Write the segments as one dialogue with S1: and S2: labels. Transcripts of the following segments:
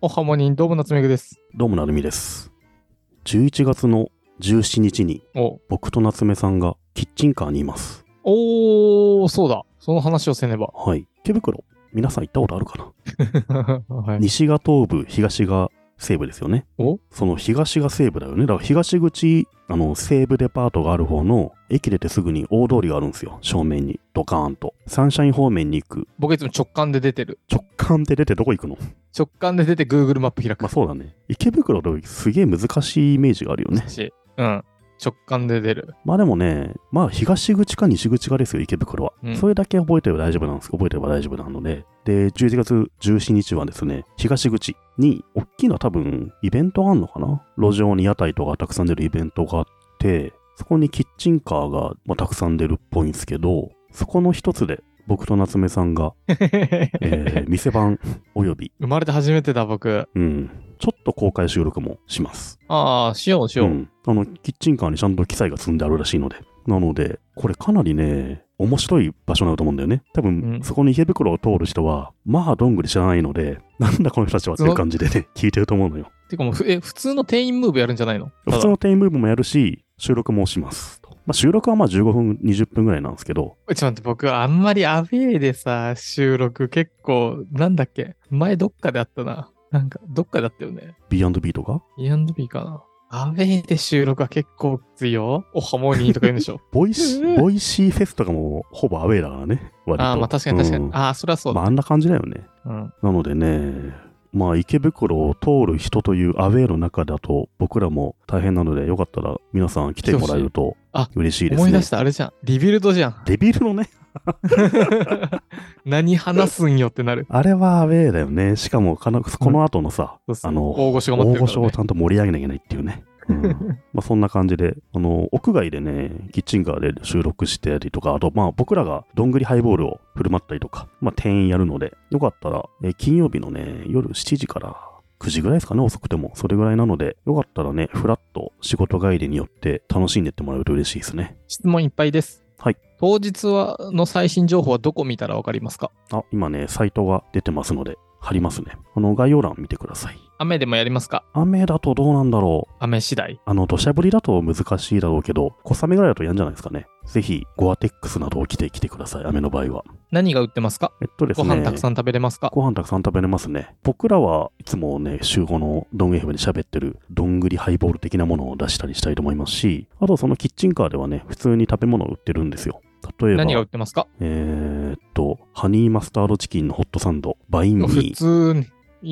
S1: おはもにん、どうもなつめぐです。
S2: どうもなるみです。11月の17日に
S1: お、
S2: 僕と夏目さんがキッチンカーにいます。。
S1: おー、そうだ。その話をせねば
S2: はい。池袋、皆さん行ったことあるかな、
S1: はい。
S2: 西が東部、東が西部ですよね。
S1: お
S2: その東が西部だよね。だから東口、あの、西部デパートがある方の駅出てすぐに大通りがあるんですよ。正面に。ドカーンと。サンシャイン方面に行く。
S1: 僕いつも直感で出てる。
S2: 直感って出てどこ行くの
S1: 直感で出て Google マップ開く。
S2: まあそうだね。池袋ですげえ難しいイメージがあるよね。
S1: しうん。直感で出る。
S2: まあでもね、まあ東口か西口かですよ、池袋は。
S1: うん
S2: それだけ覚えてれば大丈夫なんです。覚えてれば大丈夫なので。で、11月17日はですね、東口に、大きな多分、イベントがあんのかな路上に屋台とかたくさん出るイベントがあって、そこにキッチンカーが、まあ、たくさん出るっぽいんですけど、そこの一つで、僕と夏目さんが、 えー店番、および、
S1: 生まれて初めてだ、僕。
S2: うん、ちょっと公開収録もします。
S1: あー、しようしよう。
S2: うん、あのキッチンカーにちゃんと記載が積んであるらしいのでなのでこれかなりね面白い場所になると思うんだよね多分、
S1: うん
S2: そこに池袋を通る人はまあどんぐり知らないのでなんだこの人たちはっていう感じでね聞いてると思うのよ
S1: てかもうふ、え、普通の店員ムーブやるんじゃないのた
S2: 普
S1: だ
S2: 通の店員ムーブもやるし収録もしますと、まあ、収録はまあ15分20分ぐらいなんですけど
S1: えちょっと待って、僕、あんまりアウェーでさ、収録結構、なんだっけ前どっかであったな。なんか、どっかであったよね。
S2: B&B とか
S1: E&B かな。アウェーで収録は結構きついよ。おはモーニーとか言うんでしょ。
S2: ボイシ
S1: うん
S2: ボイシーフェスとかもほぼアウェイだからね割と
S1: ああ、まあ確かに確かに。
S2: うん
S1: ああ、それはそう
S2: ま
S1: だ。
S2: ああんな感じだよね
S1: うん、
S2: なのでね、まあ池袋を通る人というアウェーの中だと僕らも大変なのでよかったら皆さん来てもらえると
S1: あ
S2: 嬉しいですね。
S1: 思い出した、あれじゃん。リビルドじゃ ん。
S2: デビルのね、
S1: 何話すんよってなる。
S2: あれはアウェーだよね。しかもかなこの後のさ、
S1: そうそう
S2: あの
S1: 大御所が待っ
S2: 大
S1: てる
S2: 御
S1: から、
S2: 所
S1: ね
S2: をち。ゃんと盛り上げなきゃいけないっていうね。うん まあそんな感じで、あの屋外でね、キッチンカーで収録してたりとか、あと、まあ、僕らがどんぐりハイボールを振る舞ったりとか、まあ、店員やるので、よかったら、え金曜日のね、夜7時から9時ぐらいですかね、遅くても、それぐらいなので、よかったらね、フラッと仕事帰りによって楽しんでってもらえると嬉しいですね。
S1: 質問いっぱいです。
S2: はい。
S1: 当日はの最新情報はどこ見たらわかりますか
S2: あ、今ね、サイトが出てますので、貼りますね。あの、概要欄見てください。
S1: 雨でもやりますか
S2: 雨だとどうなんだろう。
S1: 雨次第。
S2: あの、土砂降りだと難しいだろうけど、小雨ぐらいだとやんじゃないですかね。ぜひ、ゴアテックスなどを着てきてください、雨の場合は。
S1: 何が売ってますか
S2: えっとです
S1: ご
S2: ね、
S1: 飯たくさん食べれますか
S2: ご飯たくさん食べれますね。僕らはいつもね、週5のドングリフェで喋ってる、どんぐりハイボール的なものを出したりしたいと思いますし、あとそのキッチンカーではね、普通に食べ物を売ってるんですよ。例え
S1: 何が売
S2: ば
S1: っ、てますか
S2: えーっと、ハニーマスタードチキンのホットサンド、バインミ
S1: 普
S2: ー、
S1: 通に。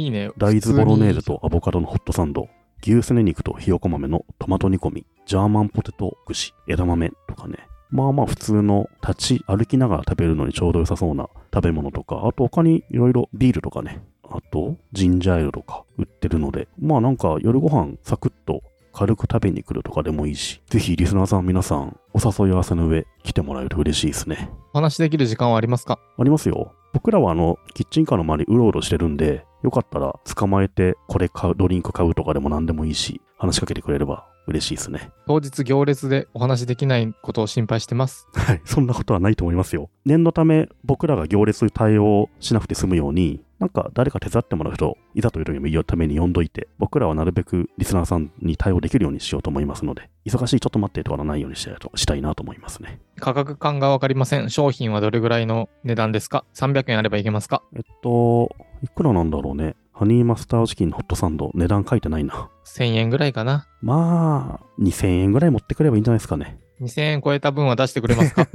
S1: いいね。
S2: 大豆ボロネーズ
S1: 普通に。
S2: とアボカドのホットサンド、牛すね肉とひよこ豆のトマト煮込み、ジャーマンポテト串、枝豆とかね。まあまあ普通の立ち歩きながら食べるのにちょうど良さそうな食べ物とか、あと他にいろいろビールとかね、あとジンジャーエールとか売ってるので、まあなんか夜ご飯サクッと軽く食べに来るとかでもいいし、ぜひリスナーさん皆さんお誘い合わせの上来てもらえると嬉しいですね。
S1: お話しできる時間はありますか
S2: ありますよ。僕らはあの、キッチンカーの周りうろうろしてるんで、よかったら捕まえて、これ買う、ドリンク買うとかでも何でもいいし、話しかけてくれれば嬉しいですね。
S1: 当日行列でお話しできないことを心配してます。
S2: はい、そんなことはないと思いますよ。念のため、僕らが行列に対応しなくて済むように、なんか誰か手伝ってもらう人、いざという時にために呼んどいて、僕らはなるべくリスナーさんに対応できるようにしようと思いますので、忙しい、ちょっと待ってとかならないようにしたいとしたいなと思いますね。
S1: 価格感がわかりません。商品はどれぐらいの値段ですか ?300 円あればいけますか
S2: えっと、いくらなんだろうね。ハニーマスターチキンのホットサンド、値段書いてないな。
S1: ?1000 円ぐらいかな
S2: まあ、2000円ぐらい持ってくればいいんじゃないですかね。
S1: ?2000 円超えた分は出してくれます か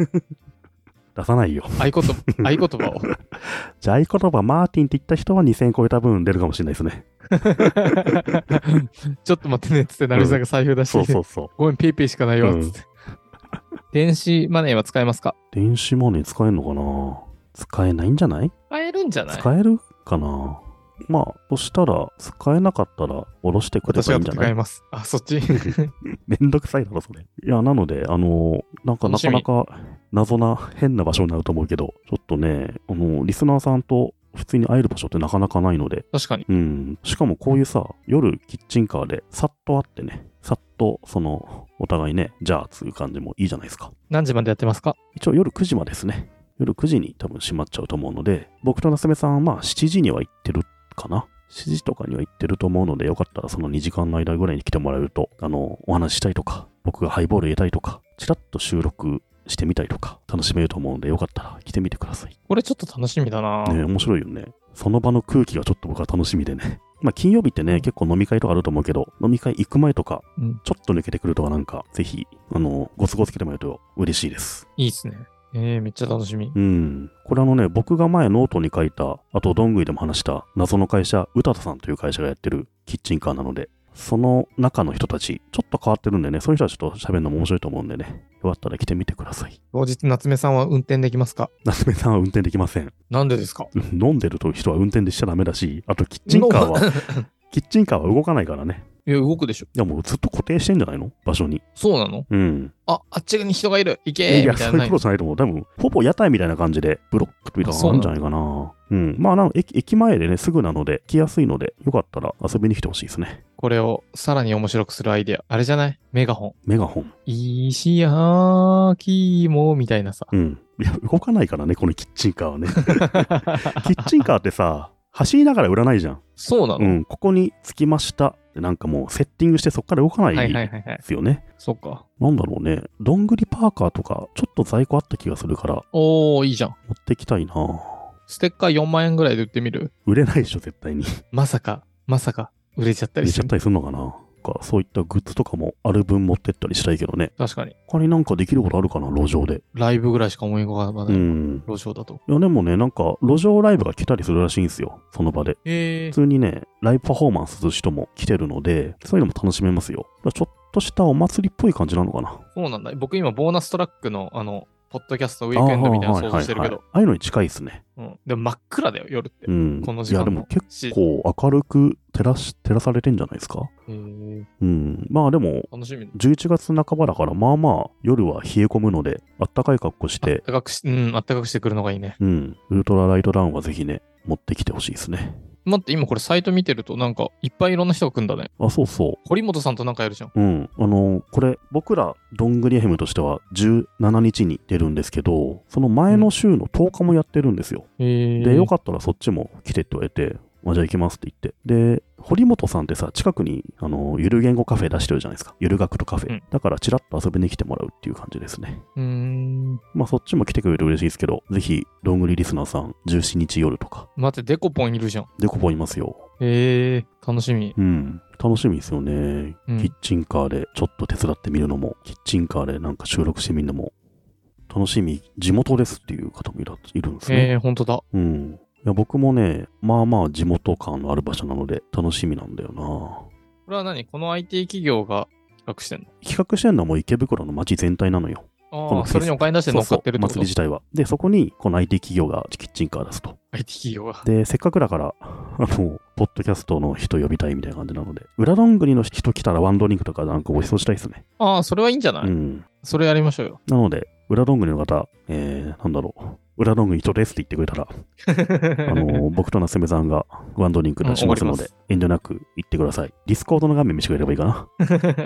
S2: 出さないよ。
S1: 合言葉合言葉を。
S2: じゃあ、合言葉、マーティンって言った人は2000円超えた分出るかもしれないで すね。
S1: ちょっと待ってねっつって、成美さんが財布出して
S2: そう
S1: きて、
S2: そうそう。
S1: ごめん、ペイペイしかないわっ
S2: うん
S1: つって。電子マネーは使えますか
S2: 電子マネー使えるのかな使えないんじゃない
S1: 使えるんじゃない
S2: 使えるかなまあ、そしたら、使えなかったら、下ろしてくれ
S1: 私
S2: ばい
S1: はい
S2: んじゃな
S1: 使え
S2: い
S1: ます。あ、そっち
S2: めんどくさいだろ、それ。いや、なので、あの、なんかな
S1: 楽し
S2: か
S1: み
S2: なか謎な変な場所になると思うけど、ちょっとね、あの、リスナーさんと普通に会える場所ってなかなかないので、
S1: 確かに。
S2: うん、しかもこういうさ、夜キッチンカーでさっと会ってね、さっとその、お互いね、じゃあつう感じもいいじゃないですか。
S1: 何時までやってますか
S2: 一応夜9時までですね。夜9時に多分閉まっちゃうと思うので、僕と夏目さんはまあ7時には行ってるかな。 7時とかには行ってると思うので、よかったらその2時間の間ぐらいに来てもらえると、あの、お話ししたいとか、僕がハイボール入れたいとか、ちらっと収録してみたりとか、楽しめると思うので、よかったら来てみてください。
S1: これちょっと楽しみだな。
S2: ね、面白いよね。その場の空気がちょっと僕は楽しみでね。 まあ、金曜日ってね、結構飲み会とかあると思うけど、飲み会行く前とか、
S1: うん、
S2: ちょっと抜けてくるとかなんか、ぜひ、あの、ご都合つけてもらえると嬉しいです。
S1: いいっすね。えー、めっちゃ楽しみ。
S2: うん。これあのね、僕が前ノートに書いた、あとどんぐりでも話した謎の会社、うたたさんという会社がやってるキッチンカーなので、その中の人たち、ちょっと変わってるんでね、そういう人はちょっと喋るのも面白いと思うんでね、よかったら来てみてください。
S1: 当日、夏目さんは運転できますか
S2: 夏目さんは運転できません。
S1: なんでですか
S2: 飲んでると人は運転でしちゃダメだし、あとキッチンカーは、 キッチンカーは動かないからね。
S1: いや、動くでしょ。
S2: いやもうずっと固定してんじゃないの場所に。
S1: そうなの
S2: うん。
S1: あ、あっちに人がいる。行け
S2: い
S1: ー
S2: や、
S1: みた
S2: そ
S1: いうな
S2: い
S1: な
S2: うこ
S1: い
S2: とじゃないと思う。多分、ほぼ屋台みたいな感じで、ブロックというか、
S1: あそう
S2: ある
S1: なんん
S2: じ
S1: だ
S2: ゃないかな。うん。まあ、なんか駅駅前でね、すぐなので、来やすいので、よかったら遊びに来てほしいですね。
S1: これをさらに面白くするアイデア。あれじゃないメガホン。
S2: メガホン。
S1: 石焼きもみたいなさ。
S2: うん。いや、動かないからね、このキッチンカーは ね。キッチンカーってさ、走りながら売らないじゃん。
S1: そうなの、
S2: うん。ここに着きました。でなんかもう、セッティングして、そこから動かない
S1: はいは
S2: で
S1: いはいはい。
S2: すよね。
S1: そっか。
S2: なんだろうね。どんぐりパーカーとか、ちょっと在庫あった気がするから、持
S1: おー、いいじゃん。
S2: ってきたいな。
S1: ステッカー4万円ぐらいで売ってみる
S2: 売れないでしょ、絶対に。
S1: まさか、まさか、売れちゃったり
S2: 入れ
S1: し
S2: ちゃ
S1: て
S2: ったりするのかなかそういったグッズとかもある分持ってったりしたいけどね
S1: 確かに。
S2: 他になんかできることあるかな路上で
S1: ライブぐらいしか思い浮かば
S2: う
S1: ない。
S2: ん
S1: 路上だと。
S2: いやでもねなんか路上ライブが来たりするらしいんですよその場で
S1: え
S2: 普通にねライブパフォーマンスする人も来てるのでそういうのも楽しめますよだからちょっとしたお祭りっぽい感じなのかな
S1: そうなんだ。僕今、ボーナストラックの、あの、ポッドキャストウィークエンドみたいなの想像してるけ
S2: あーはいはいはい
S1: ど。
S2: ああいうのに近いですね
S1: うん。でも真っ暗だよ、夜って
S2: う。ん
S1: この時間
S2: いやで
S1: の
S2: も結
S1: し
S2: 構明るく照らし照らされてんじゃないですか
S1: えー、
S2: うんまあでも
S1: 楽しみだ。
S2: 11月半ばだからまあまあ夜は冷え込むのであったかい格好して
S1: 暖かくし、うん、暖かくしてくるのがいいね。
S2: うん。ウルトラライトダウンはぜひね、持ってきてほしいですね。
S1: 待って、今これサイト見てると、なんか、いっぱいいろんな人が来るんだね。
S2: あ、そうそ
S1: 堀本さんとなんかやるじゃん。
S2: う。うん。あのこれ、僕ら、どんぐりヘムとしては17日に出るんですけど、その前の週の10日もやってるんですよ。
S1: えー、
S2: で、よかったらそっちも来てって言われて、あじゃあ行きますって言って。で、堀本さんってさ、近くに、あの、ゆる言語カフェ出してるじゃないですか。ゆる学徒カフェ。
S1: うん
S2: だから、ちらっと遊びに来てもらうっていう感じですね。
S1: うーん。
S2: まあ、そっちも来てくれると嬉しいですけど、ぜひ、どんぐりリスナーさん、17日夜とか、
S1: 待って、デコポンいるじゃん。
S2: でこぼいますよ。
S1: えー、楽しみ。
S2: うん、楽しみですよね、
S1: うん
S2: キッチンカーでちょっと手伝ってみるのも、キッチンカーでなんか収録してみるのも、楽しみ、地元ですっていう方もいらいるんですね。
S1: えー、ほんとだ。
S2: うん。いや、僕もね、まあまあ地元感のある場所なので、楽しみなんだよな。
S1: これは何この IT 企業が企画してんの
S2: 企画してるのはもう池袋の街全体なのよ。こ
S1: あ
S2: の
S1: あ、それにお金出して乗っかってるって
S2: そう
S1: こと
S2: そう祭り自体は。で、そこにこの IT 企業がキッチンカー出すと。
S1: IT 企業が。
S2: で、せっかくだから、あの、ポッドキャストの人呼びたいみたいな感じなので、裏どんぐりの人来たらワンドリンクとかなんかご馳走したいですね。
S1: ああ、それはいいんじゃない、
S2: うん。
S1: それやりましょうよ。
S2: なので、裏どんぐりの方、えー、なんだろう、裏どんぐり人ですって言ってくれ たら、あのー僕と夏目さんがワンドリンク出します
S1: う
S2: の
S1: んおごり
S2: で
S1: ま、
S2: 遠慮なく言ってください。ディスコードの画面見せてくれればいいか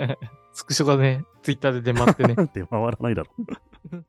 S2: な。
S1: スクショがね、ツイッターで出回ってね。
S2: 出回らないだろ。